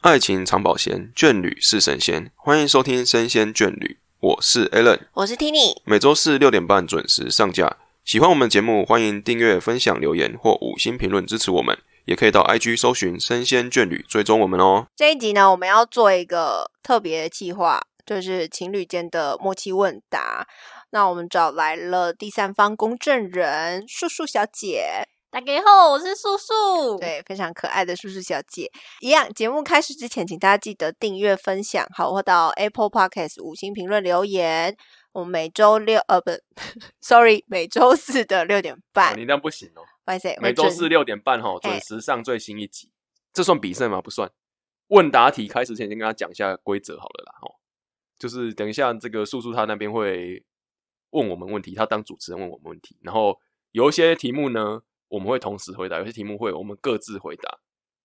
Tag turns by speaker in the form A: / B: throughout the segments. A: 爱情长保鲜，眷侣是神仙。欢迎收听《生鲜眷侣》，我是 Alan，
B: 我是 Tini，
A: 每周四六点半准时上架。喜欢我们节目，欢迎订阅、分享、留言或五星评论支持我们，也可以到 IG 搜寻“生鲜眷侣”追踪我们哦。
B: 这一集呢，我们要做一个特别的计划，就是情侣间的默契问答。那我们找来了第三方公证人素素小姐，
C: 大家好，我是素素。，
D: 嗯
B: 对，非常可爱的素素小姐。一样，节目开始之前，请大家记得订阅、分享，好，或到 Apple Podcast 五星评论留言。我们每周六呃不 ，sorry，每周四的六点
D: 哦
B: 半，
D: 你那样不行哦。
B: 不好意思，我
D: 每周
B: 准
D: 四六点半哈，
B: 哎
D: 准时上最新一集。这算比赛吗？不算。问答题开始前，先跟他讲一下规则好了啦。哦，就是等一下这个素素她那边会问我们问题，她当主持人问我们问题，然后有一些题目呢，我们会同时回答；有些题目会我们各自回答。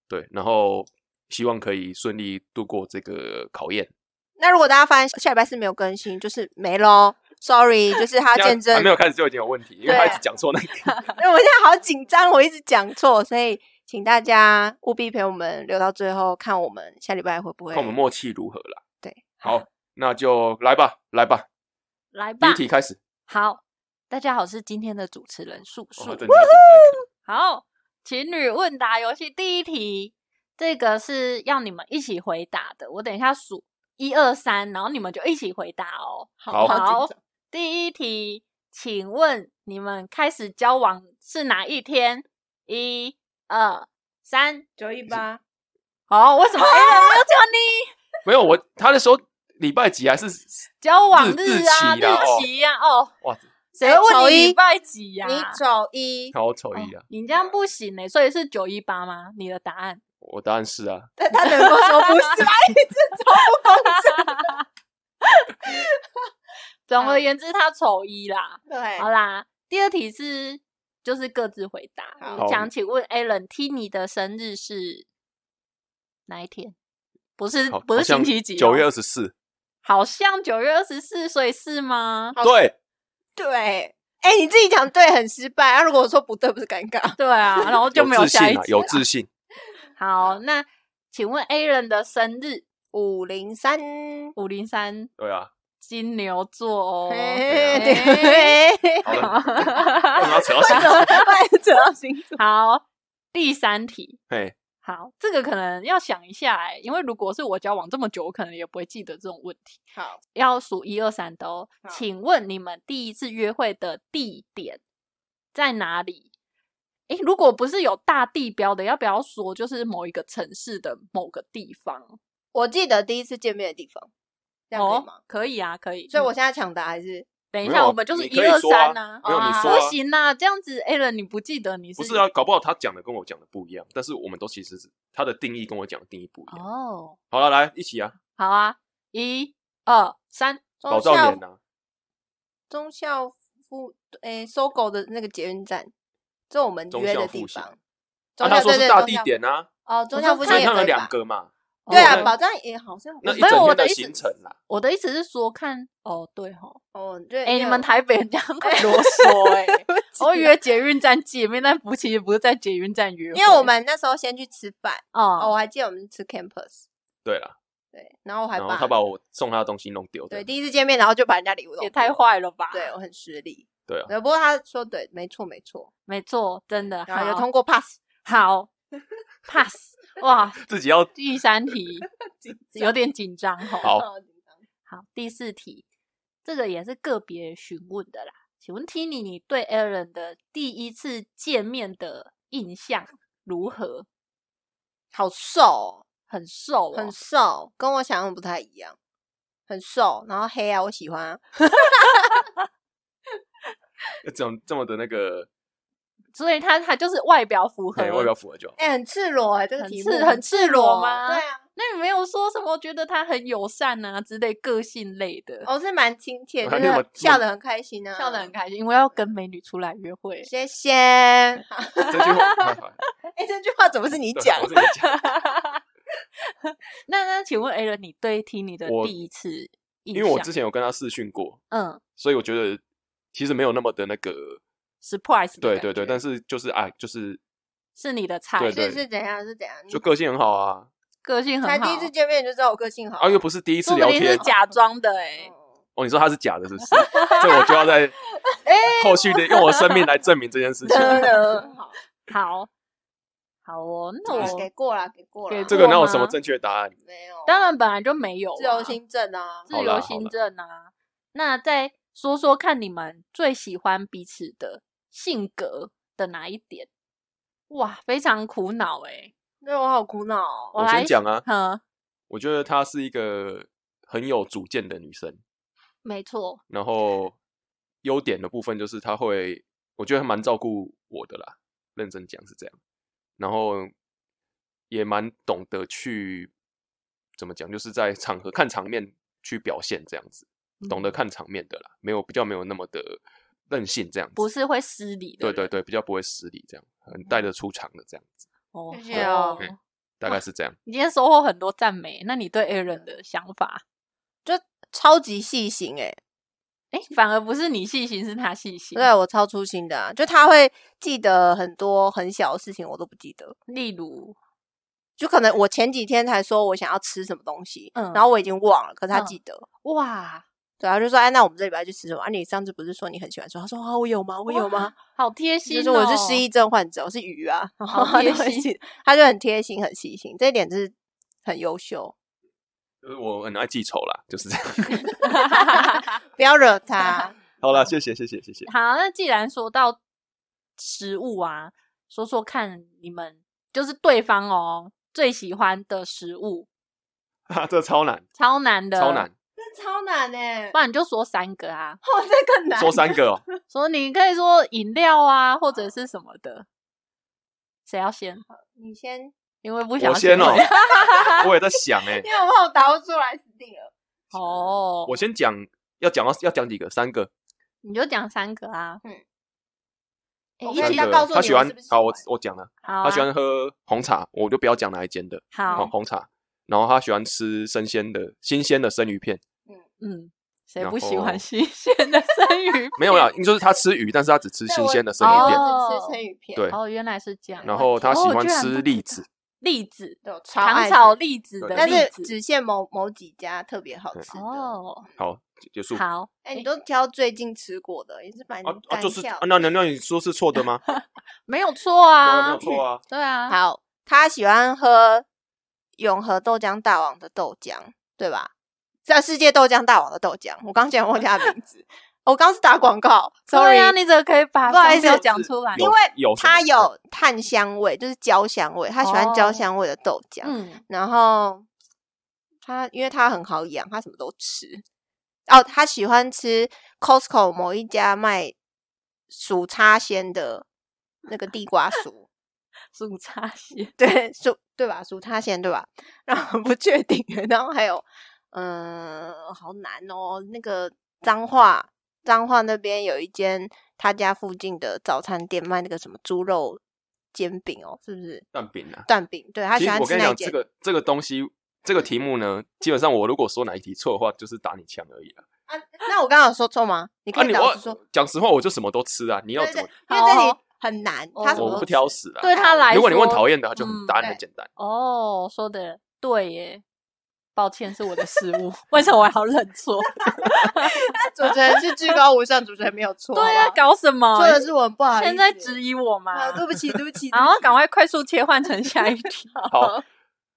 D: 对，然后希望可以顺利度过这个考验。
B: 那如果大家发现下礼拜四没有更新，就是没喽。Sorry，就是他
D: 这样
B: 见证
D: 还。没有开始就已经有问题，因为
B: 对啊
D: 他一直讲错那 个。
B: 因为我现在好紧张，我一直讲错，所以请大家务必陪我们留到最后，看我们下礼拜会不会
D: 看我们默契如何啦。
B: 对，
D: 好，那就来吧，来吧，
C: 来吧
D: 第一。题开始。
C: 好，大家好，我是今天的主持人素素
D: 哇，。哦真的是
C: 好，情侣问答游戏第一题，这个是要你们一起回答的。我等一下数一二三，然后你们就一起回答哦。
D: 好
C: 好
B: 紧张，
C: 第一题，请问你们开始交往是哪一天？一、二、三。
B: 九一八，
C: 好，为什
B: 啊
C: 么 A 人没有叫你
D: 没有 我，他的时候礼拜几啊还是
C: 交往
D: 日日
C: 啊、
D: 期啦哦
C: 日期呀、哦，
D: 哇，
C: 谁会
B: 哎丑
C: 问你
B: 一
C: 礼拜几呀、
B: 你九一，
D: 好丑
C: 哦
D: 一啊！
C: 你这样不行呢、所以是九一八吗？你的答案？
D: 我答案是啊，
B: 但他能够说不 是吗？一直超不公正。
C: 总而言之，他丑一啦。
B: 对
C: 好啦，第二题是就是各自回答。
B: 好
C: 我想请问 Alan T 你的生日是哪一天？不是
D: 好
C: 不是
D: 好像
C: 星期几、啊哦
D: 九月，二十四，
C: 好像九月二十四，所以是吗？
B: 好
D: 对，
B: 对，哎，你自己讲对很失败，啊，如果我说不对，不是尴尬？
C: 对啊， 然后就
D: 有
C: 没有
D: 自
C: 下一
D: 信啊，
C: 题。
D: 有自信。啊
C: 好，那请问 Alan 的生日
B: 五零三，
C: 五零三
D: 对啊，
C: 金牛座哦。
B: 嘿
C: 对啊
B: 对，
D: 好了，为什么要扯到星 座？
B: 会扯到星座。
C: 好，第三题，
D: 嘿，
C: 好，这个可能要想一下哎、因为如果是我交往这么久，我可能也不会记得这种问题。
B: 好，
C: 要数一二三的哦。
B: 好
C: 请问你们第一次约会的地点在哪里？诶，如果不是有大地标的，要不要说就是某一个城市的某个地方？
B: 我记得第一次见面的地方，这样可以吗？
C: 哦，可以啊，可以。
B: 所以我
C: 嗯
B: 现在抢答还是
C: 等一
D: 没有
C: 下，
D: 啊
C: 我们就是
D: 你
C: 一
D: 可以
C: 二
D: 说啊
C: 三呐。
B: 没有你
C: 啊
B: 说
C: 不
D: 啊
C: 行啦，这样子 a l 你不记得你
D: 不是啊，搞不好他讲的跟我讲的不一样，但是我们都其实是他的定义跟我讲的定义不一样。
C: 哦，
D: 好了，来一起啊，
C: 好啊，一二三，
D: 保照
B: 忠孝
D: 脸啊，
B: 忠孝复诶搜狗的那个捷运站，这我们约的地方。
D: 啊，
B: 忠
D: 他
B: 孝
D: 说
B: 对
D: 是
B: 对
D: 大
B: 忠
D: 地
B: 孝
D: 点啊，
B: 哦，忠孝复
D: 所
B: 兴
D: 以
B: 也
D: 他有
B: 可以吧
D: 两？个嘛，
B: 对
C: 哦
B: 啊，
D: 对
B: 保障也好像
D: 那一
C: 没有
D: 整
C: 我
D: 天
C: 的
D: 的
C: 意思
D: 行程啦，
C: 我的意思是说看哦，对哈、
B: 哦，对，
C: 哎、
B: 没
C: 你
B: 有
C: 们台北人这样很啰 嗦哎、
B: 对不起
C: 我以为捷运站见面，但不，其实不是在捷运站约会，
B: 因为我们那时候先去吃饭，哦，
C: 哦，
B: 我还记得我们吃 campus，
D: 对啦，
B: 对，然后我还
D: 然后他把我送他的东西弄丢
B: 对
D: 的，
B: 第一次见面，然后就把人家礼物弄
C: 也
B: 丢
C: 太
B: 了，
C: 坏了吧？
B: 对我很失礼。
D: 对啊，
B: 对，不过他说对，没错没错，
C: 没错，真的
B: 然后有
C: 啊好
B: 通过 pass，
C: 好 pass 哇，
D: 自己要
C: 第三 题有点 紧张哈。
D: 好
C: 好第四题，这个也是个别询问的啦。请问 Tini，你对 Aaron 的第一次见面的印象如何？
B: 好瘦哦，
C: 很瘦、哦，
B: 很瘦，跟我想象不太一样。很瘦，然后黑啊，我喜欢啊。
D: 这么这么的那个，
C: 所以他他就是外表符合，
D: 哎，外表符合就好。
B: 哎、很赤裸哎、这个
C: 很
B: 题
C: 赤
B: 目
C: 很赤裸吗
B: 对啊，
C: 那你没有说什么觉得他很友善啊之类个性类的，
B: 哦我、是蛮亲切，就
D: 啊你有没
B: 是
D: 有
B: 笑得很开心啊，
C: 笑得很开心，因为要跟美女出来约会。
B: 谢谢。哎、
D: 这句话
B: 这句话怎么是你
D: 对
B: 讲
D: 我？自己 讲，
C: 那那请问 A 人，你对听你的
D: 我
C: 第一次
D: 因
C: 印象，
D: 为我之前有跟他试训过，
C: 嗯
D: 所以我觉得其实没有那么的那个，
C: surprise，的
D: 对
C: 感
D: 对对，
C: 觉嗯
D: 但是就是哎，就是
C: 是你的菜，
D: 对
B: 是是怎样？是怎样？
D: 就个性很好啊，
C: 个性很
B: 才
C: 好
B: 第一。次见面就知道我个性好，
D: 啊，又不是第一次
C: 哦说
D: 聊
C: 不定是
D: 天
C: 假装的哎、
D: 哦，你说他是假的，是不是？这我就要在后续的用我生命来证明这件事情。
B: 的，
C: 好，呃好，好哦，那
B: 啊给
C: 我
B: 过啦，给过啦，
C: 给
D: 这个哪有
C: 过吗
D: 什么正确答案？
B: 没有，
C: 当然本来就没有啊、
B: 自由新政啊，
C: 自
D: 好啦
C: 由新政啊。那再说说看，你们最喜欢彼此的性格的哪一点？哇，非常苦恼哎、
B: 那我好苦恼哦。
D: 我
C: 来
D: 先讲啊，
C: 嗯，
D: 我觉得她是一个很有主见的女生，
C: 没错，
D: 然后优点的部分就是她会，我觉得蛮照顾我的啦，认真讲是这样，然后也蛮懂得去怎么讲，就是在场合看场面去表现这样子，懂
C: 嗯
D: 得看场面的啦，没有比较没有那么的任性这样子，
C: 不是会失礼的
D: 对
C: 人。嗯
D: 对对，比较不会失礼这样，很带得出场的这样子，
C: 哦，
B: 谢谢哦
D: 嗯大概是这 样。
C: 你今天收获很多赞美，那你对 Aaron 的想法？
B: 就超级细心哎、
C: 哎，反而不是你细心，是他细心。
B: 对，我超粗心的、啊，就他会记得很多很小的事情，我都不记得。
C: 例如，
B: 就可能我前几天才说我想要吃什么东西，
C: 嗯
B: 然后我已经忘了，可是他
C: 嗯
B: 记得。
C: 哇，
B: 对啊，就说哎，那我们这礼拜去吃什么？啊，你上次不是说你很喜欢吃？他说啊，我有吗？我有吗？
C: 好贴
B: 就
C: 心、哦。
B: 是我是失忆症患者，我是鱼啊，然后
C: 好
B: 他
C: 贴
B: 就会
C: 心
B: 记得他就很贴心，很细心，这一点就是很优秀。
D: 就是我很爱记仇啦，就是这样。
B: 不要 惹他，
D: 好啦，谢谢谢谢谢谢。
C: 好，那既然说到食物啊，说说看你们就是对方哦最喜欢的食物，
D: 啊，这超难，
C: 超难的，
D: 超难。，
B: 这超难哎、
C: 不然你就说三个啊，
B: 哇，这更
D: 说三个哦，
C: 说你可以说饮料啊，或者是什么的。谁要先？
B: 你先，
C: 因为不想
D: 我先哦
C: 哦。。
D: 我也在想哎、
B: 因为我怕我答不出来，死定了。
C: 哦，
D: 我先讲，要讲到要讲几个？三个，
C: 你就讲三个啊。
B: 嗯
C: 诶，
B: 我
C: 一
B: 跟
D: 三
B: 你
C: 起
B: 讲
D: 个。
B: 告诉
D: 他
B: 你
D: 喜
B: 我
D: 欢
B: 是不是喜
D: 好，我
B: 欢
D: 我讲了，
C: 好啊，
D: 他喜欢喝红茶，我就不要讲哪一间的，
C: 好
D: 哦，红茶。然后他喜欢吃生鲜的、新鲜的生鱼片，
C: 嗯，谁
D: 然
C: 不喜
D: 后
C: 欢新鲜的生鱼片？
D: 没有啦，就是他吃鱼，但是他只吃新鲜的生
B: 我
D: 鱼片。
B: 只
C: 哦
B: 吃生鱼 片，
D: 对
C: 哦，原来是这样。
D: 然后他喜
C: 哦
D: 欢
C: 居然
D: 吃
C: 不
D: 栗
C: 知
D: 子
C: 道，栗子，
B: 对，我超爱
C: 糖
B: 吃
C: 炒栗子
D: 对
C: 的
B: 但
C: 栗
B: 是
C: 子。
B: 只限某某几家特别好吃的。
C: 哦，
D: 好，结束。啊
C: 好，
B: 哎、你都挑最近吃过的，也是蛮干
D: 啊，就是
B: 跳
D: 啊
B: 的
D: 那那那你说是错的 吗？对
C: 没有错
D: 啊，没
C: 啊
D: 有，错啊。
C: 对啊，
B: 好，他喜欢喝永和豆浆大王的豆浆，对吧？在世界豆浆大王的豆浆，我刚讲忘记他的名字，我刚是打广告，sorry
C: 对啊，你怎么可以把
B: 不好意
C: 商
B: 思
C: 标
B: 有
C: 讲出来？
B: 因
D: 有
B: 为
D: 有什么
B: 它有炭香味，就是焦香味，他喜欢焦
C: 哦
B: 香味的豆浆。
C: 嗯，
B: 然后他因为他很好养，他什么都吃。哦，他喜欢吃 Costco 某一家卖薯叉鲜的那个地瓜薯，
C: 薯茶蟹，
B: 对薯对吧？薯叉鲜对吧？ 然后不确定，然后还有嗯、呃好难哦。那个彰化彰化那边有一间他家附近的早餐店卖那个什么猪肉煎饼哦，是不是
D: 蛋饼啊，
B: 蛋饼？对他
D: 其
B: 喜
D: 实
B: 欢
D: 我
B: 吃
D: 跟你
B: 那
D: 讲，
B: 一间
D: 这。个这个东西，这个题目呢，基本上我如果说哪一题错的话，就是打你枪而已啊。
B: 啊，那我刚刚有说错吗？你
D: 啊，
B: 可以
D: 你
B: 老实说，
D: 我讲实话，我就什么都吃啊。你要
B: 对
D: 怎
B: 对
D: 么？，
B: 因为这
C: 好
B: 里很难，
C: 哦
B: 他什么
D: 我
B: 都
D: 不
B: 吃
D: 挑食啊。
C: 对他来说，
D: 如果你问讨厌的，他就
C: 嗯
D: 答案很
B: 对
D: 简单。
C: 哦，说的对耶。抱歉，是我的失误。为什么我要认错？
B: 主持人是至高无上，主持人没有错。
C: 对
B: 呀、
C: 啊，搞什么？
B: 错的是我很不好意思。
C: 现在质疑我吗
B: 啊，？对不起，对不起。
C: 然后赶快快速切换成下 一题。
D: 好，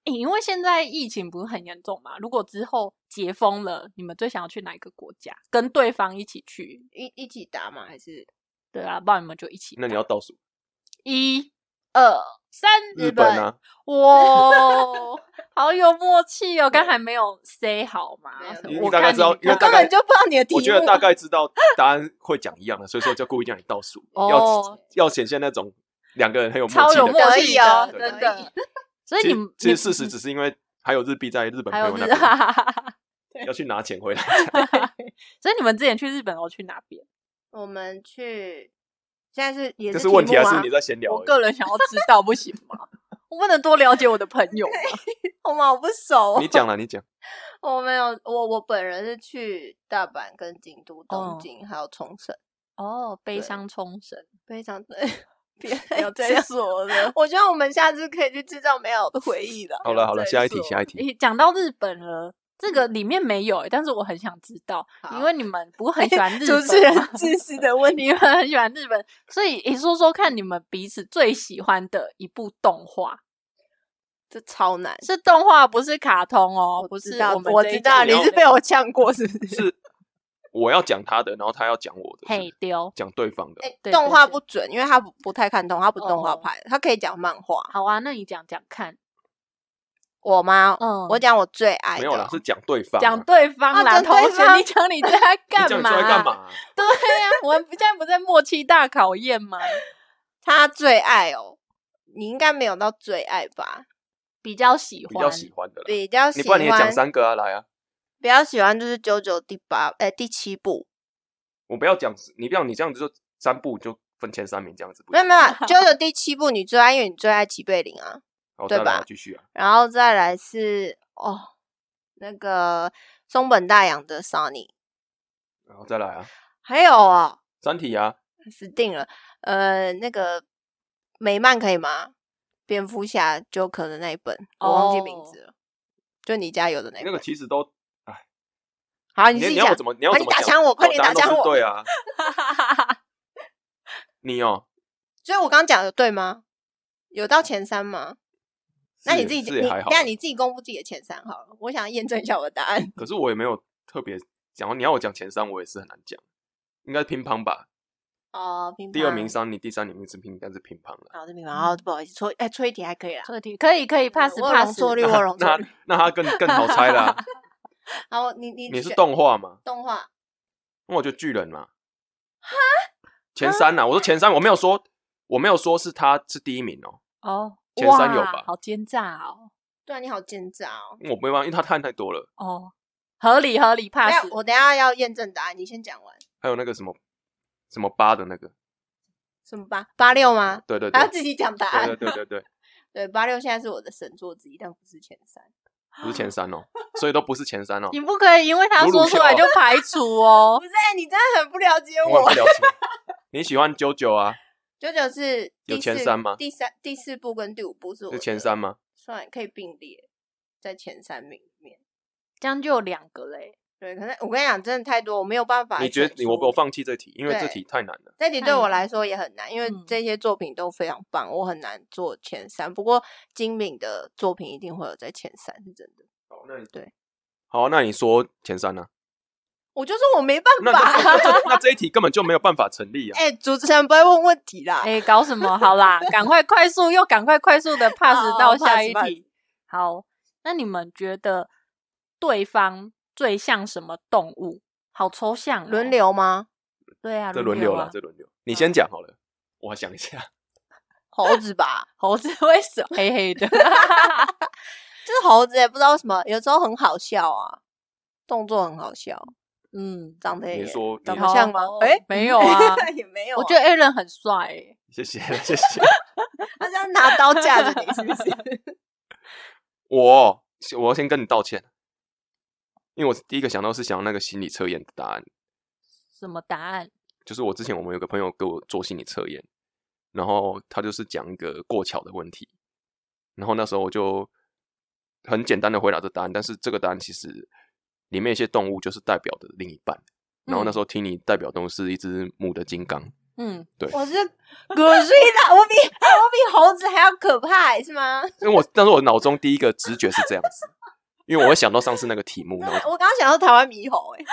C: 诶因为现在疫情不是很严重嘛，如果之后解封了，你们最想要去哪一个国家？跟对方一起去，
B: 一一起打嘛，还是
C: 对啊，不然你们就一起。
D: 那你要倒数
C: 一、二、三，
D: 日本啊，
C: 哇，好有默契哦！刚才没有 say 好嘛
B: 没有
C: 什么
B: 因为
C: 我
D: 你大概
C: 看
D: 知道
C: 你
D: 因为
B: 我
C: 看
D: 大
B: 根
D: 概
B: 本就不知道你的题目。
D: 我觉得大概知道答案会讲一样的，所以说就故意让你倒 数，
C: 哦
D: 要要显现那种两个人很有默
C: 超
D: 契
C: 有
D: 的
C: 默
D: 感
B: 可
D: 觉。
C: 契
B: 以哦
C: 的，
D: 对
C: 真
B: 可
C: 的。所以
D: 其
C: 你
D: 实
C: 们
D: 其
C: 你
D: 实事实只是因为还有日币在日本
C: 还
D: 朋
C: 有
D: 友那
C: 日，
D: 边，
C: 对
D: 要去拿钱回来。
C: 所以你们之前去日本都去哪边？
B: 我们去，现在是也
D: 这是
B: 是
D: 问题
B: 题
D: 还
B: 目
D: 是
B: 吗
D: 你在闲聊
C: 我
D: 而已？
C: 个人想要知道，不行吗？我不能多了解我的朋 友吗？
B: 我们好不熟、哦。
D: 你讲了，你讲。
B: 我没有，我我本人是去大阪、跟京都、
C: 哦
B: 东京、还有冲绳，
C: 哦，悲
B: 对
C: 伤冲绳。
B: 非常 别
C: 没有
B: 这
C: 在
B: 样。
C: 说了。
B: 我觉得我们下次可以去制造美好的回忆了。
D: 好了好 了，
B: 再
D: 下一题
B: 说
D: 下一题。
C: 诶讲到日本了，这个里面没有、诶但是我很想知道，
B: 嗯好哎
C: 因为你们不是很喜欢 日
B: 主
C: 本，
B: 持人自 私的问
C: 你
B: 题
C: 们很喜欢日本，所以你说说看，你们彼此最喜欢的一部动画
B: 这超难。
C: 是动画，不是卡通哦，不
B: 知
C: 是
B: 道，
C: 们
B: 我
C: 这一
B: 知道你
C: 集哦聊
B: 是
C: 的
B: 被我呛过，是不是？
D: 是我要讲他的，然后他要讲我的，是不
C: 嘿
D: 是
C: 丢。
D: 讲对方的。
B: 哎
C: 对
B: 动
C: 对
B: 画
C: 对
B: 不准，因为他不不太看动，他不动画
C: 哦
B: 派的，他可以讲漫画。
C: 好啊，那你讲讲看，
B: 我吗？
C: 嗯，
B: 我讲我最爱
D: 没有啦
B: 的，，哦
D: 是讲对方啊。
C: 讲对方
B: 啊
C: 啦，
B: 讲对
C: 同学，
B: 方
C: 你讲你 在
D: 你
C: 干
D: 讲你
C: 嘛？
D: 出来干？嘛？ 啊
C: 对呀、我们现在不在默契大考 验吗？
B: 他最爱哦。你应该没有到最爱吧？
C: 比较喜
D: 比
C: 欢，
D: 较 喜欢的啦。
B: 比较
D: 你
B: 喜
D: 不然你也讲
B: 欢，
D: 三个啊，来啊！
B: 比较喜欢就是九九第八，哎，第七部。
D: 我不要讲，你不要你这样子就三部就分前三名这样子，不
B: 没有没有，九九第七部你最爱，因为你最爱齐贝林啊。
D: 好，
B: 对
D: 再来啊
B: 吧
D: 继续啊，
B: 然后再来是哦，那个松本大洋的 Sunny，
D: 然后再来啊，
B: 还有啊、
D: 三体啊，
B: 死定了，呃，那个美漫可以吗？蝙蝠侠 Joker 的那一本，我忘记名
C: 哦
B: 字了，就你家有的那一
D: 那
B: 本。
D: 个其实都，
B: 好，哦你
D: 你
B: 自己
D: 你
B: 讲
D: 要我。怎么你要我
B: 快
D: 怎么
B: 点打
D: 讲
B: 枪我，快点
D: 答案
B: 打
D: 都
B: 枪
D: 是
B: 我。
D: 对啊，你哦，
B: 所以我刚刚讲的对吗？有到前三吗？那你
D: 是
B: 自己
D: 是
B: 你
D: 也还好，
B: 那你自己公布自己的前三好了，我想要验证一下我的答案。
D: 可是我也没有特别讲，你要我讲前三，我也是很难讲，应该乒乓吧，
B: 哦，乒乓
D: 第二名桑尼，第三名是乒，应该是乒乓了。
B: 好，这乒乓，哦，不好意思，错，哎，错一题还可以啦。
C: 这题可以可以 pass
B: 我有容
C: pass，
B: 错率，我有容错
D: 那
B: 率。
D: 那他更更好猜 啦、
B: 然后你你
D: 你是
B: 选
D: 动画嘛？
B: 动画，
D: 那我就巨人嘛。前三
B: 啊
D: 呐、我说前三，我没有说，我没有说是他是第一名哦、
C: 哦，
D: 前三有
C: 哇
D: 吧
C: 好奸诈哦，
B: 对啊，你好奸诈哦。
D: 我没办法，因为他看太多了。
C: 哦，合理合理
B: 没
C: pass，
B: 有，我等一下要验证答案，你先讲完。
D: 还有那个什么什么八的那个，
B: 什么八八六吗？
D: 对对
B: 还要
D: 对，
B: 自己讲答
D: 对对
B: 案。
D: 对对对，
B: 对，八六现在是我的神作之一，但不是前三。
D: 不是前三哦、所以都不是前三哦、
C: 你不可以因为他
D: 鲁鲁
C: 说出来
D: 修
C: 就排除哦
B: 不，是，哎，你真的很不了解
D: 我也
B: 我
D: 不。了解。 你喜欢九九啊？
B: 九九是
D: 有
B: 第
D: 前
B: 四
D: 三吗
B: 第三、第四部跟第五部是我
D: 是
B: 的
D: 前，三吗？
B: 算可以并列在前三名里面。
C: 这样就有两个嘞，
B: 对，可是我跟你讲，真的太多，我没有办法选出。
D: 你觉得你我我放弃这题，因为
B: 对
D: 这题太难了。
B: 这题对我来说也很难，因为
C: 嗯
B: 这些作品都非常棒，我很难做前三。不过精敏的作品一定会有在前三，是真的。
D: 好，那你
B: 对，
D: 好，那你说前三呢、啊
B: 我就说我没办
D: 那
B: 法，
D: 那这那这一题根本就没有办法成立啊！
B: 哎、主持人不会问问题啦。
C: 哎，搞什么？好 啦，赶快快速又赶快快速的 pass
B: 哦
C: 到下一
B: pass，pass
C: 题。好，那你们觉得对方最像什么动物？好抽象哦，
B: 轮流吗？
C: 对啊，
D: 这轮流
C: 啊
D: 了，这轮流，你先讲好了，我想一下。
B: 猴子吧，
C: 猴子为什么黑黑的？
B: 就是猴子也不知道为什么，有时候很好笑啊，动作很好笑，
C: 嗯，
B: 长得也
D: 你说，
B: 长
D: 你
B: 得像吗
C: 好？
B: 哎、
C: 没有啊
B: 也没有啊、
C: 我觉得 Aaron 很帅欸，
D: 谢谢 谢谢。
B: 他这样拿刀架着你，是不是？
D: 我我要先跟你道歉，因为我第一个想到是想要那个心理测验的答案，
C: 什么答案？
D: 就是我之前我们有个朋友给我做心理测验，然后他就是讲一个过桥的问题，然后那时候我就很简单的回答这答案，但是这个答案其实里面一些动物就是代表的另一半，然后那时候听你代表动物是一只母的金刚，
C: 嗯，
B: 我是古水的，我比我比猴子 还要可怕、欸是吗？
D: 因为我但是我脑中第一个直觉是这样子，因为我会想到上次那个题目，然后
B: 我刚刚想到台湾猕猴、哎。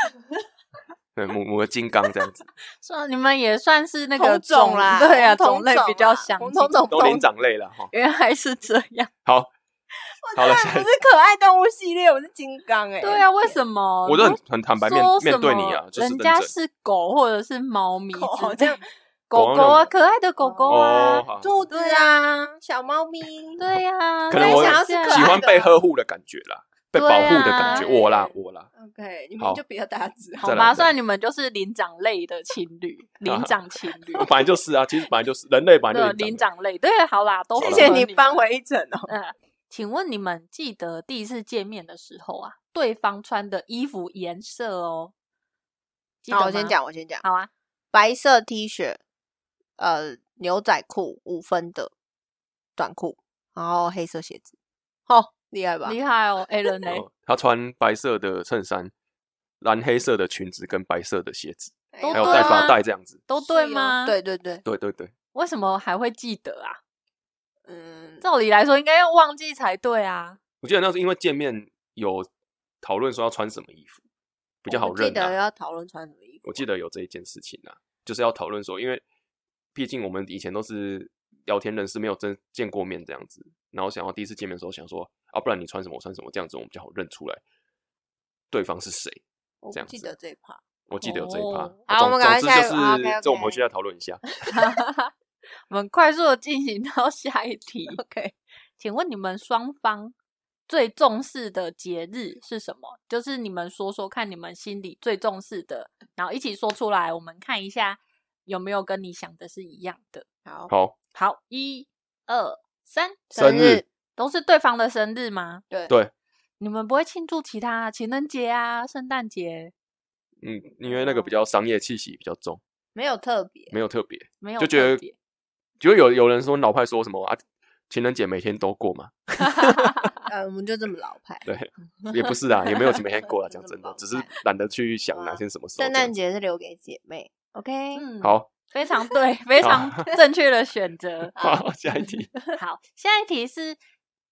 D: 对母母的金刚这样子，
C: 算你们也算是那
B: 同
C: 个
B: 种 啦，
C: 对啊，
B: 同
C: 种类比较相
B: 我们
C: 近
B: 同。种
D: 都
B: 同
D: 灵长类了哈。
C: 原来是这样，
D: 好，好了，下一
B: 我是可爱动物系列，我是金刚哎、
C: 对啊，为什么？
D: 我都很很坦白面
C: 说什
D: 面
C: 么
D: 对你啊，就是
C: 人
D: 认
C: 家
D: 真。
C: 是狗或者是猫咪
B: 狗
C: 之
B: 这
C: 类
B: 样
C: 狗狗啊，
D: 狗
C: 可爱的狗狗啊
D: 哦，，好，
B: 兔子啊，小猫咪，
C: 对呀，
D: 可能我
C: 啊对
B: 想要
C: 呀
B: 是可爱
D: 喜欢
B: 的
D: 被呵护的感觉啦，被保护的
C: 对啊
D: 感觉，我啦我啦，
B: ，OK，你
D: 好
B: 们就比较大只，
C: 好
D: 再来再
C: 吧，
D: 来
C: 算你们就是灵长类的情 侣，灵长情侣，
D: 我本来就是啊，其实本来就是人类本来
C: 对啊
D: 就，
C: 灵
D: 灵长
C: 长类，对，好啦，都
B: 谢
C: 符
B: 谢
C: 合
B: 你
C: 们
B: 搬回一层哦。
C: 嗯，请问你们记得第一次见面的时候啊，对方穿的衣服颜色哦？记得
B: 哦好，我先
C: 吗。
B: 讲，我先讲，
C: 好啊，
B: 白色 T 恤，呃，牛仔裤五分的短裤，然后黑色鞋子，哦，厉害吧？
C: 厉害哦，Allen 呢
D: 然？后他穿白色的衬衫、蓝黑色的裙子跟白色的鞋子，
C: 都
D: 还有
C: 对
D: 戴
C: 啊
D: 发带这样子。
C: 都对
B: 哎是哦
C: 吗？，
B: 对对对，
D: 对对对，
C: 为什么还会记得啊？
B: 嗯，
C: 照理来说应该要忘记才对啊。
D: 我记得那时候因为见面有讨论说要穿什么衣服比较
C: 哦
B: 我
D: 好
B: 们
D: 认、啊。
B: 记得要讨论穿什么衣服。
D: 我记得有这一件事情啊，就是要讨论说，因为毕竟我们以前都是聊天认识，没有真见过面这样子，然后想要第一次见面的时候想说，啊，不然你穿什么，我穿什么，这样子我们比较好认出来对方是谁。
B: 我
D: 这
B: 不
D: 样
B: 记
D: 子
B: 得这一趴。
D: 我记得有这一趴
C: 哦，
B: 好我
D: 总
B: 们赶快
D: 总之
B: 下
D: 就
B: 一个啊，OK，OK
D: 是，这我们回去再讨论一下。
C: 我们快速的进行到 下一题，
B: OK，
C: 请问你们双方最重视的节日是什么？就是你们说说看，你们心里最重视的，然后一起说出来，我们看一下有没有跟你想的是一样的。
B: 好，
D: 好，
C: 好，一、二、三，
D: 生日
B: 日
C: 都是对方的生日吗？
B: 对
D: 对，
C: 你们不会庆祝其他情人节啊、圣诞节？
D: 嗯，因为那个比较商业气息比较重，
B: 没有特别，
D: 没有特别，
C: 没有
D: 就觉得
C: 特别
D: 就有有人说老派说什么啊，情人节每天都过嘛，
B: 呃，我们就这么老派。
D: 对，也不是啊，也 没有每天过啦，讲真的，只是懒得去想
B: 啊
D: 哪些什么时候这样
B: 圣诞
D: 子。
B: 节是留给姐妹，OK？
C: 嗯，
D: 好，
C: 非常对，非常正确的选择。
D: 好，下一题。
C: 好，下一题是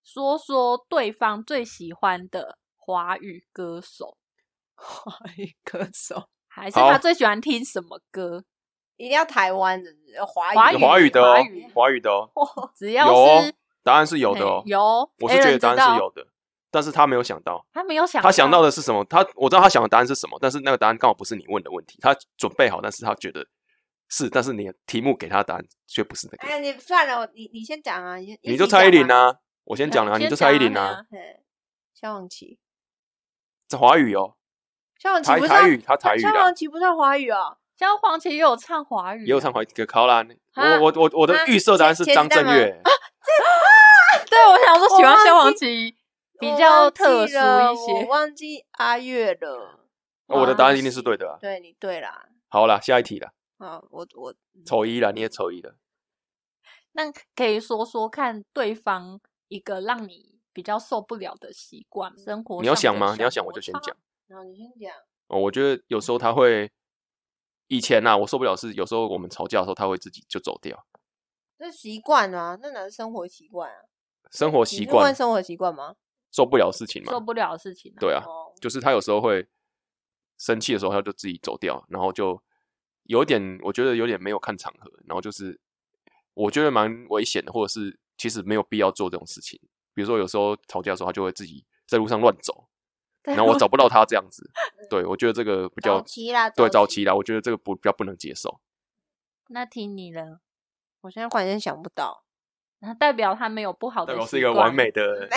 C: 说说对方最喜欢的华语歌手，
B: 华语歌手
C: 还是他
D: 好
C: 最喜欢听什么歌？
B: 一定要台湾的呃华
C: 华
D: 有
C: 语
D: 华语的
C: 华
D: 哦
C: 语，
D: 华语的哦，
C: 只
D: 有
C: 要
D: 哦
C: 是，
D: 答案是有的哦
C: 嘿，有，
D: 我是觉
C: Aaron
D: 得答
C: 知
D: 案
C: 道
D: 是有，的，但是他没有想到，
C: 他没有想，
D: 他想到的是什么？他我知道他想的答案是什么，但是那个答案刚好不是你问的问题，他准备好，但是他觉得是，但是你的题目给他的答案却不是那个，
B: 哎，你算了，我你你先讲啊，你
D: 你就蔡依林，啊，我先讲了啊，
C: 先
D: 你就蔡依
C: 讲啊
D: 林啊，
B: 起讲嗯，萧煌奇，
D: 这华语哦，
B: 萧煌奇
D: 台
B: 不
D: 台
B: 算
D: 语他台语
B: 萧
D: 啦
B: 煌奇不算华语哦，
C: 像黄绮也有唱华语啊，
D: 也有唱华语歌，考啦，
B: 啊
D: 我我我我的
B: 啊
D: 预设答案是
B: 茄子
D: 张震
B: 蛋吗
D: 岳，
C: 对，我想说喜
B: 我
C: 欢
B: 忘
C: 萧煌
B: 记
C: 奇比
B: 我
C: 较
B: 忘记
C: 特殊
B: 了我
C: 一些。
B: 忘记阿月了。
D: 啊我的答案一定
B: 哇
D: 是对的啊。
B: 对你对啦，
D: 好啦，下一题啦，
B: 啊，我我
D: 丑一啦，你也丑一了，
C: 那可以说说看对方一个让你比较受不了的习惯，生活
D: 你要
C: 上
D: 想
C: 的
D: 吗？你
C: 小
D: 要想我就
C: 摩
D: 先
C: 擦
D: 讲。
B: 然后你先讲，
D: 哦，我觉得有时候他会，以前呐、我受不了是有时候我们吵架的时候，他会自己就走掉，
B: 这习惯啊，那哪是生活习惯啊？
D: 生活
B: 你
D: 习
B: 是问
D: 惯
B: 生活习惯吗？
D: 受不了事情
C: 受
D: 嘛，
C: 不了的事情、啊。
D: 对啊，
B: 哦，
D: 就是他有时候会生气的时候，他就自己走掉，然后就有点，我觉得有点没有看场合，然后就是我觉得蛮危险的，或者是其实没有必要做这种事情，比如说有时候吵架的时候，他就会自己在路上乱走，
C: 对
D: 然后我找不到他这样子，对我觉得这个比较
B: 早期啦，
D: 对早期啦，我觉得这个不比较不能接受。
C: 那听你了，
B: 我现在忽然间想不到，
C: 那代表他没有不好的，
D: 代表是一个完，美 的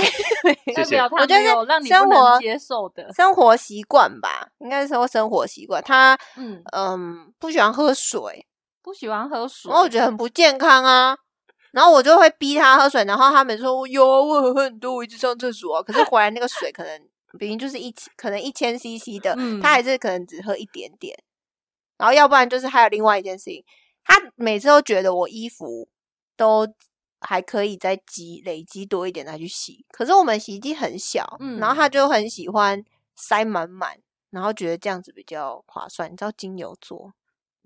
D: 谢
C: 代
D: 谢
C: 表他
B: 我觉得
C: 没
B: 是
C: 有让你
B: 生
C: 不
B: 活
C: 能接受的。
B: 生活习惯吧，应该是说生活习惯。他
C: 嗯，
B: 嗯不喜欢喝水，
C: 不喜欢喝水，
B: 然后我觉得很不健康啊。然后我就会逼他喝水，然后他每次说我有啊，我很喝很多，我一直上厕所啊、可是回来那个水可能明明就是一千可能一千 CC 的，
C: 嗯
B: 他还是可能只喝一点点。然后要不然就是还有另外一件事情，他每次都觉得我衣服都还可以再积累积多一点再去洗，可是我们洗衣机很小，
C: 嗯
B: 然后他就很喜欢塞满满，然后觉得这样子比较划算。你知道金牛座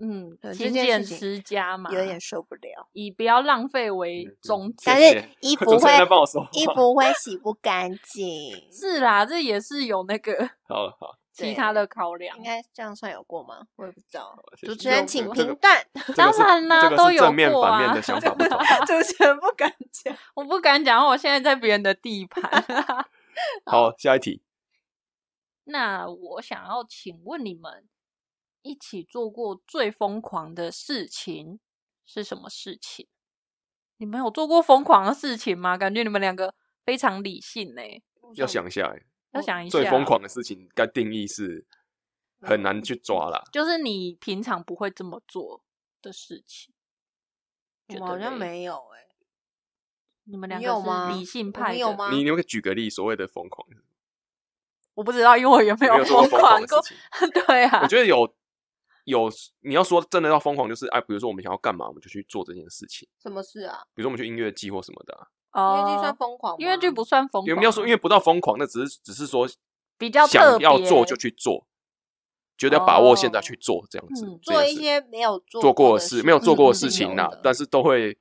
C: 嗯
B: 对，这
C: 勤
B: 件
C: 俭
B: 事情
C: 持家嘛，
B: 有点受不了，
C: 以不要浪费为
D: 嗯嗯
C: 中
D: 谢
B: 但
C: 心。，
B: 是
D: 谢
B: 衣服
D: 主持人
B: 会
D: 在帮我说话
B: 衣服会洗不干净
C: 是啦，这也是有那个
D: 好了好，
C: 其他的考量啊
B: 应。该这样算有过吗？我也不知道。
D: 谢谢
B: 主持人
C: 有
B: 请
C: 过
D: 这个
B: 评断，
D: 这个
C: 当
D: 是
C: 然啦
D: 这个
C: 都
D: 是
C: 有
D: 正面
C: 过
D: 反
C: 啊
D: 面的想法不同。
B: 主持人不敢讲。
C: 我不敢讲，我现在在别人的地盘。
D: 好，下一题，
C: 那我想要请问你们，一起做过最疯狂的事情是什么事情？你们有做过疯狂的事情吗？感觉你们两个非常理性呢、
D: 要想一下欸，
C: 要
B: 我
C: 想一下，
D: 最疯，狂的事情，该定义是很难去抓啦。
C: 就是你平常不会这么做的事情。
B: 我
C: 觉
B: 们
C: 得
B: 好像
C: 嘞，
B: 没有哎、
C: 你们两
B: 你有
C: 个
B: 吗
C: 是理性
B: 我
C: 派
B: 们
C: 的，
B: 有吗
D: 你你会举个例，所谓的疯狂，
C: 我不知道，因为我有没
D: 有没有做过
C: 疯
D: 疯狂的
C: 过
D: 事？情？
C: 对啊
D: 我，觉得有有你要说真的要疯狂，就是哎，比如说我们想要干嘛，我们就去做这件事情。
B: 什么事啊？
D: 比如说我们去音乐季或什么的啊、
B: 音
C: 哦
B: 乐剧算疯狂吗，
C: 音乐剧不算疯狂，啊
D: 因为我们要说，因为不到疯狂，那只是只是说
C: 比较特
D: 想
C: 别
D: 要做就去做，觉得要把握现在去做这样子。
C: 嗯
D: 这件
B: 哦做
D: 事
B: 一些没有做
D: 做过
B: 的嗯
D: 事没有做过的事
B: 是
D: 情
B: 有
D: 啦、
B: 的
D: 但是都会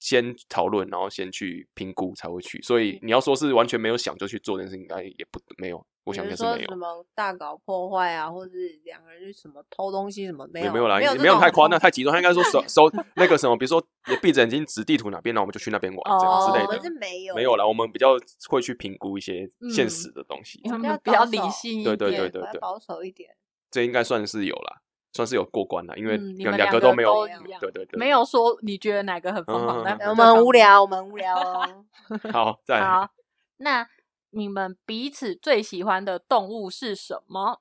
D: 先讨论，然后先去评估才会去。所
B: 嗯
D: 以你要说是完全没有想就去做这件事，应该也不没有，我
B: 比
D: 想应
B: 如
D: 该是
B: 说
D: 没有
B: 什。么大搞破坏啊，或是两个人去什么偷东西什么没
D: 也
B: 有
D: 没有啦，
B: 没有
D: 也
B: 这
D: 没有
B: 种
D: 太夸张，
B: 冲
D: 太极端。他应该说手手那个什么，比如说也闭着眼睛指地图哪边，然后我们就去那边玩这
B: 动
D: 样
C: 哦
D: 之类
B: 我们
D: 的
B: 是。没有
D: 没有啦，我们比较会去评估一些现实的东 西，
C: 你
B: 嗯
C: 们
B: 比
C: 比
B: 较
C: 较
B: 保
C: 理
B: 守
C: 性一
D: 对
C: 点。
D: 对对
B: 比较保守一点，
D: 这应该算是有啦，算是有过关了，因为
C: 嗯你
D: 两
C: 们
D: 两
C: 两个
D: 都没有
C: 都一样，
D: 对对对，
C: 没有说你觉得哪个很疯
D: 嗯
C: 狂，
D: 哎
C: 但
B: 我们很无。聊，我们很无 聊哦。
D: 好， 再来
C: 好，那你们彼此最喜欢的动物是什么？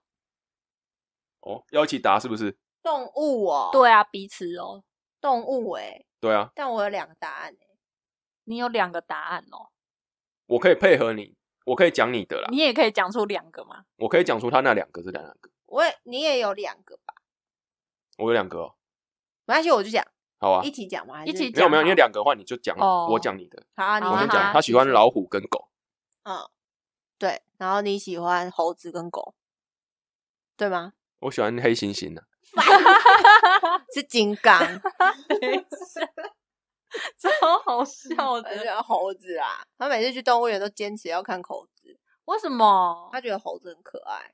D: 哦，要一起答是不是？
B: 动物哦，，
C: 对啊，彼此哦，
B: 动物哎、
D: 对啊，
B: 但我有两个答案哎、
C: 你有两个答案哦，
D: 我可以配合你，我可以讲你的啦
C: 你，也可以讲出两 个嘛。
D: 我可以讲出他那两个是哪两个，
B: 我也你也有两个吧？
D: 我有两个、哦，
B: 没关系，我就讲
D: 好啊
B: 一，起讲嘛，还
C: 一
B: 是
C: 起
D: 没有
C: 讲
D: 没有，
C: 好
D: 你有两个的话你就讲，
C: 哦
D: 我讲你的，
B: 好啊，你
C: 好
D: 我
C: 啊
D: 先
B: 好
D: 讲，他喜欢老虎跟狗，
B: 对，然后你喜欢猴子跟狗，对吗？
D: 我喜欢黑猩啊 猩的、
B: 是金刚，
C: 等一下 超好笑
B: 我喜 欢
C: 的，
B: 猴子啦。他每次去动物园都坚持要看猴子，
C: 为什么？
B: 他觉得猴子很可爱。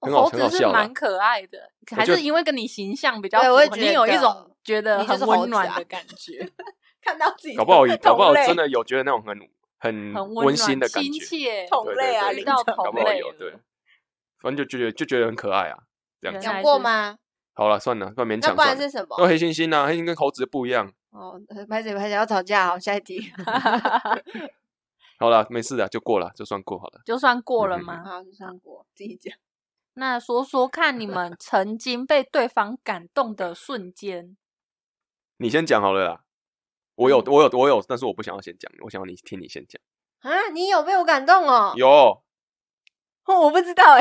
D: 很好
C: 猴
D: 很好
C: 子是
D: 笑啦
C: 蛮可爱的，还
D: 觉
C: 是
D: 得
C: 因为跟你形象比较
B: 对
C: 符
B: 我也
C: 合，
B: 觉
C: 你有一
B: 得
C: 种觉得
B: 你就
C: 很
B: 是猴
C: 温
B: 子
C: 暖
B: 啊
C: 的感觉，
B: 看到自己
D: 搞不好搞不好
B: 同类
D: 真的有觉得那种很很
C: 很
D: 嗯温
C: 温
D: 馨
C: 暖、
D: 的感
C: 亲
D: 觉，
C: 切。
B: 同
D: 对
B: 类啊
D: 对
B: 遇
D: 对，
C: 到
D: 搞
C: 同
D: 不好
C: 类
D: 有
C: 了
D: 对，反正就觉得就觉得很可爱啊，这样
C: 原
D: 子
C: 来
B: 讲过吗？
D: 好了，算了，算勉
B: 那
D: 强
B: 不然
D: 算了
B: 是。什么
D: 因？为黑猩猩啊，黑猩猩跟猴子不一样。
B: 哦，拍谁拍谁要吵架，好，下 一题。啊
D: 好了，没事的，就过了，就算过好了。
C: 就算过了
D: 嗯嗯嗯
C: 吗？
B: 好，就上过自己讲。
C: 那说说看，你们曾经被对方感动的瞬间，
D: 你先讲好了啦。我有，我有，我有，但是我不想要先讲，我想要你听你先讲。
B: 啊，你有被我感动哦？
D: 有，
B: 哦 我不知道哎、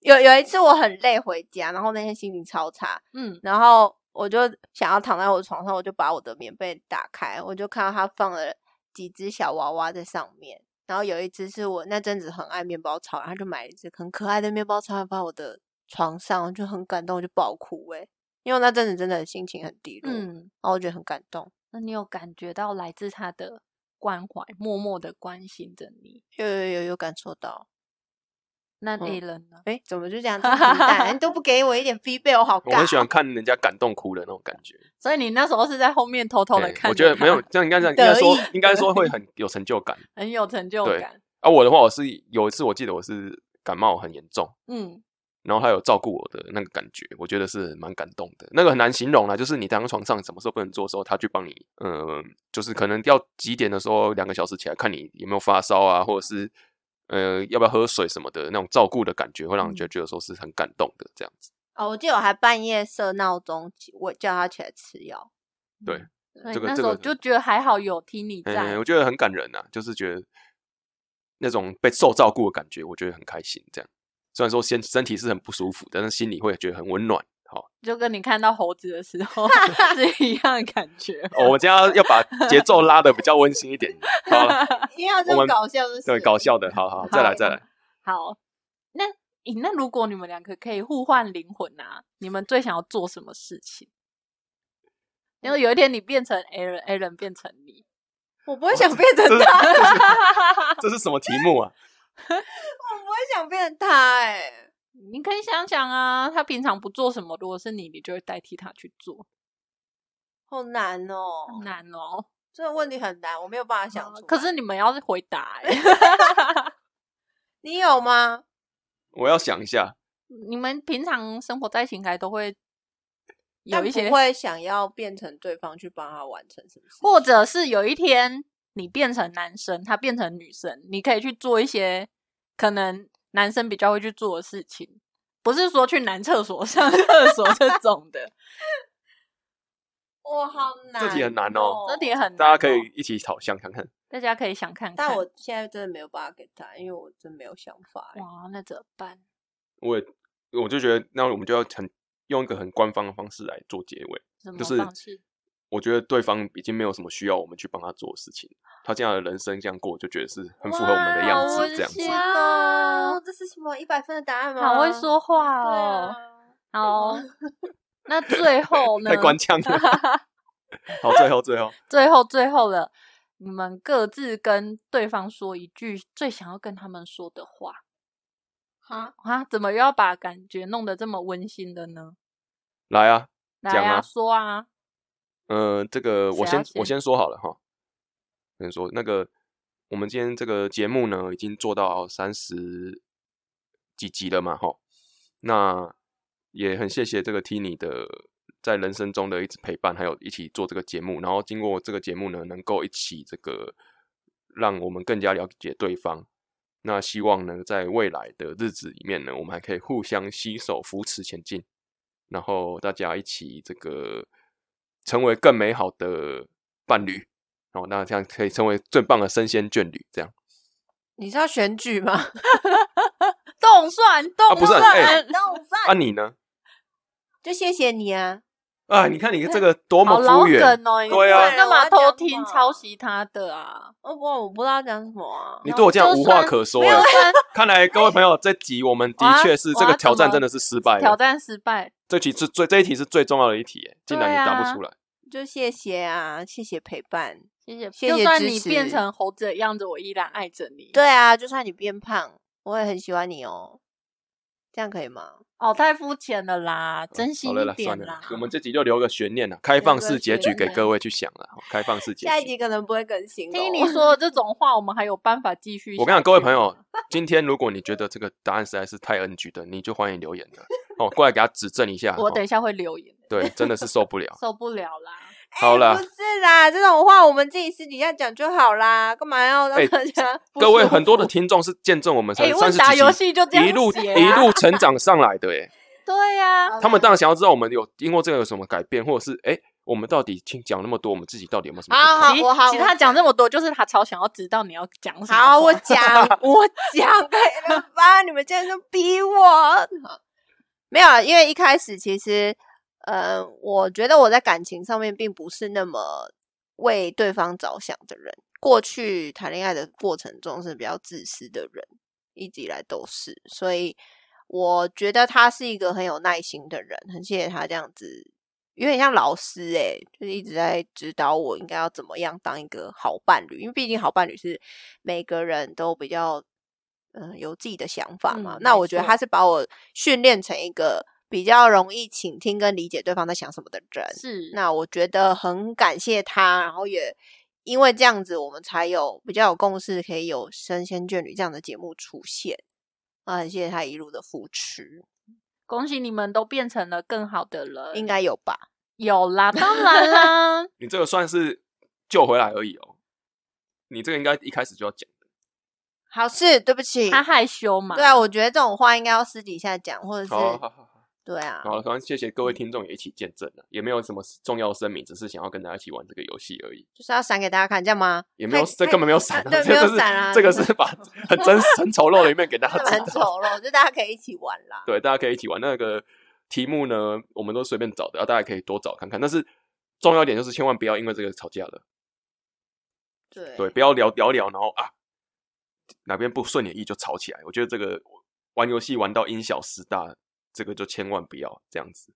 B: 有有一次我很累回家，然后那天心情超差，
C: 嗯，
B: 然后我就想要躺在我的床上，我就把我的棉被打开，我就看到他放了几只小娃娃在上面。然后有一只是我那阵子很爱面包超人，然后就买了一只很可爱的面包超人放我的床上，我就很感动，我就爆哭诶、因为我那阵子真的心情很低落，然
C: 嗯，
B: 后我觉得很感动，
C: 那你有感觉到来自他的关怀，默默的关心着你？
B: 有有有有感受到，
C: 那
B: 嗯
C: A 人呢？
B: 诶，怎么就这样这么平 淡？你都不给我一点 feedback，我好尬。
D: 我很喜欢看人家感动哭的那种感觉。
C: 所以你那时候是在后面偷偷的
D: 嘿
C: 看，
D: 我觉得没有，，这样应该这样，应
B: 得
D: 该说
B: 意，
D: 应该说会很有成就感。
C: 很有成就
D: 对
C: 感。
D: 啊，我的话，我是有一次我记得我是感冒很严重，
C: 嗯，
D: 然后他有照顾我的那个感觉，我觉得是蛮感动的。那个很难形容啦，就是你躺床上什么时候不能做的时候，他去帮你，嗯、就是可能要几点的时候，两个小时起来看你有没有发烧啊，或者是呃要不要喝水什么的那种照顾的感觉，会让人就觉得说是很感动的这样子。
B: 哦，我记得我还半夜设闹钟起，我叫他起来吃药。
D: 对
C: 嗯，所以
D: 这个
C: 那
D: 这
C: 时候
D: 个
C: 就觉得还好有听你在
D: 嗯，，我觉得很感人呐、就是觉得那种被受照顾的感觉，我觉得很开心。这样虽然说身身体是很不舒服，但是心里会觉得很温暖。好、
C: 就跟你看到猴子的时候是一样的感觉。
D: 哦我们今天要要把节奏拉的比较温馨一点。好，
B: 一定要这
D: 我
B: 么
D: 们
B: 搞笑就是
D: 对，搞笑的，好好，再来再来。
C: 好，那咦那如果你们两个可以互换灵魂啊，你们最想要做什么事情？然
B: 嗯
C: 后有一天你变成 a a r o n a a r o n 变成你，
B: 我不会想变成
D: 这是
B: 他，
D: 这是 这是什么题目啊？
B: 我不会想变成他、哎，
C: 你可以想想啊，他平常不做什么，如果是你，你就会代替他去做，
B: 好难哦，
C: 很难哦。
B: 这个问题很难，我没有办法想出来。
C: 可是你们要是回答、欸，
B: 你有吗？
D: 我要想一下，
C: 你们平常生活在一起应该都会有
B: 但
C: 一些
B: 不，会想要变成对方去帮他完成什么事。
C: 或者是有一天你变成男生，他变成女生，你可以去做一些可能男生比较会去做的事情，不是说去男厕所上厕所这种 的，
B: 哇，好难、
D: 这题很难哦
C: 这题很难哦
D: 大家可以一起讨想看看。
C: 大家可以想看看。
B: 但我现在真的没有办法给他，因为我真没有想法、哎
C: 哇，那怎么办？
D: 我也我就觉得那我们就要很用一个很官方的方式来做结尾，
C: 怎么
D: 就是
C: 放弃？
D: 我觉得对方已经没有什么需要我们去帮他做的事情，他这样的人生这样过，就觉得是很符合我们的样
C: 哇好
D: 子，
C: 温
D: 这样子
C: 馨。
B: 哇，哦这是什么一百分的答案吗？
C: 好会说话
B: 啊对
C: 哦。
B: 啊
C: 好，哦那最后呢？
D: 太官腔了。 好，最后最后，
C: 最后最后了，你们各自跟对方说一句最想要跟他们说的话
B: 哈，
C: 啊！怎么又要把感觉弄得这么温馨的呢？
D: 来啊，
C: 来
D: 讲
C: 啊，
D: 啊
C: 说啊，
D: 呃，这个我
C: 谁
D: 先
C: 要先
D: 我先说好了哈，先说那个我们今天这个节目呢，已经做到三十几集了嘛哈，那也很谢谢这个 Tini 的在人生中的一直陪伴，还有一起做这个节目，然后经过这个节目呢，能够一起这个让我们更加了解对方。那希望呢，在未来的日子里面呢，我们还可以互相携手扶持前进。然后大家一起这个成为更美好的伴侣，哦，那这样可以成为最棒的身先眷侣，这样
B: 你是要选举吗？
C: 动算动
D: 啊不是
C: 算，
D: 哎
B: 那我
D: 啊你呢？
B: 就谢谢你啊！
D: 啊，你看你这个多么
C: 哎好老
D: 敷衍，
C: 梗哦！你
D: 对啊
C: 干嘛
B: 对我要讲
C: 偷听
B: 嘛
C: 抄袭他的啊？
B: 哦不，我不知道讲什么啊。
D: 你对我这样
C: 哦就
D: 无话
C: 算
D: 可说
C: 没有
D: 哎。
C: 算
D: 看来各位朋友，这集我们
C: 我
D: 的
C: 要
D: 确是
C: 我
D: 这个
C: 要
D: 挑
C: 怎
D: 战
C: 么
D: 真的是失败
C: 挑
D: 了，
C: 战失败，
D: 这题是最这一题是最重要的一题，哎竟然
C: 对
D: 你答
C: 啊
D: 不出来，
B: 就谢谢啊，谢谢陪伴。
C: 谢谢。
B: 谢
C: 就
B: 谢
C: 算
B: 支
C: 你
B: 持
C: 变成猴子的样子，我依然爱着你。
B: 对啊，就算你变胖，我也很喜欢你哦。这样可以吗？
C: 哦，太肤浅了啦，真心
D: 好了
C: 一
D: 啦，算
C: 点
D: 了啦
C: 啦，。
D: 我们这集就留个悬念了，开放
C: 个
D: 式结局
C: 悬
D: 给
C: 念
D: 各位去想了，哦开放式结
B: 下一
D: 局。
B: 集可能不会更新哦咯。
C: 听你说的这种话，我们还有办法继续？
D: 我跟你讲，各位朋友， 今天如果你觉得这个答案实在是太 NG 的，你就欢迎留言了哦，过来给他指正一下。
C: 我
D: 哦
C: 等一下会留言，
D: 对，啊真的是受不了
C: 。受不了啦！
D: 好啦
B: 了，不
C: 哎
B: 是啦，这种话我们自己私底下讲就好啦，干嘛要让
D: 哎
B: 大家 不舒服？
D: 各位很多的听众是见证我们三
C: 哎，
D: 三
C: 问
D: 十
C: 答游
D: 几集
C: 戏就这样
D: 一路
C: 写
D: 一
C: 啊
D: 路成长上来的， 哎，
C: 对呀，
B: 好啦
D: 他们当然想要知道我们有因为这个有什么改变，或者是哎，我们到底听讲那么多，我们自己到底有没有什么不同？
B: 好好，
C: 其
B: 我好，
C: 其
B: 我
C: 他讲这么多，就是他超想要知道你要讲什么。
B: 好，我 讲，我 讲，可以了吧？你们竟然就逼我。没有啊，因为一开始其实，呃，我觉得我在感情上面并不是那么为对方着想的人。过去谈恋爱的过程中是比较自私的人，一直以来都是，所以我觉得他是一个很有耐心的人，很谢谢他这样子，有点像老师诶、就是一直在指导我应该要怎么样当一个好伴侣，因为毕竟好伴侣是每个人都比较嗯、呃有自己的想法嘛。
C: 嗯
B: 那
C: 没
B: 我觉得
C: 错
B: 他是把我训练成一个比较容易倾听跟理解对方在想什么的人，
C: 是
B: 那我觉得很感谢他，然后也因为这样子，我们才有比较有共识，可以有《生仙眷侣》这样的节目出现。啊，很谢谢他一路的扶持，
C: 恭喜你们都变成了更好的人，
B: 应该有吧？
C: 有啦，当 然啦，
D: 你这个算是救回来而已哦，你这个应该一开始就要讲。
B: 好事，对不起。
C: 他害羞嘛。
B: 对啊，我觉得这种话应该要私底下讲，或者是
D: 哦好好哦好好。
B: 对啊，
D: 好了，反正谢谢各位听众也一起见证了，啊也没有什么重要声明，只是想要跟大家一起玩这个游戏而已。
B: 就是要闪给大家看，这 样吗？
D: 也没有，
B: 太
D: 这根本没有闪、
B: 啊对
D: 这
B: 没有
D: 这是
B: 闪啊
D: 这个是 把很真实很丑陋的一面给大家
B: 太蛮
D: 知
B: 丑
D: 道。
B: 陋，就大家可以一起玩啦。
D: 对，大家可以一起玩那个题目呢，我们都随便找的，啊，大家可以多找看看。但是重要一点就是，千万不要因为这个吵架了，
B: 对
D: 对，不要聊聊聊，然后啊哪边不顺眼意就吵起来。我觉得这个玩游戏玩到因小失大，这个就千万不要这样子。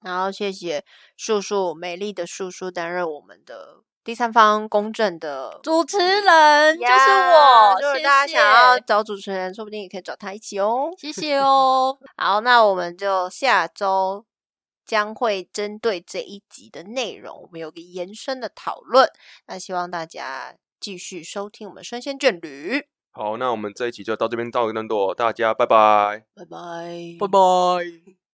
B: 然后谢谢叔叔，美丽的叔叔担任我们的第三方公正的
C: 主持人就是
B: 呀
C: 我，
B: 如果
C: 谢
B: 大家
C: 谢
B: 想要找主持人，说不定也可以找他一起哦。
C: 谢谢哦，
B: 好，那我们就下周将会针对这一集的内容，我们有个延伸的讨论。那希望大家继续收听我们《生鲜眷侣》，
D: 好，那我们这一期就到这边到一个段落，大家拜拜。
B: 拜拜，
C: 拜。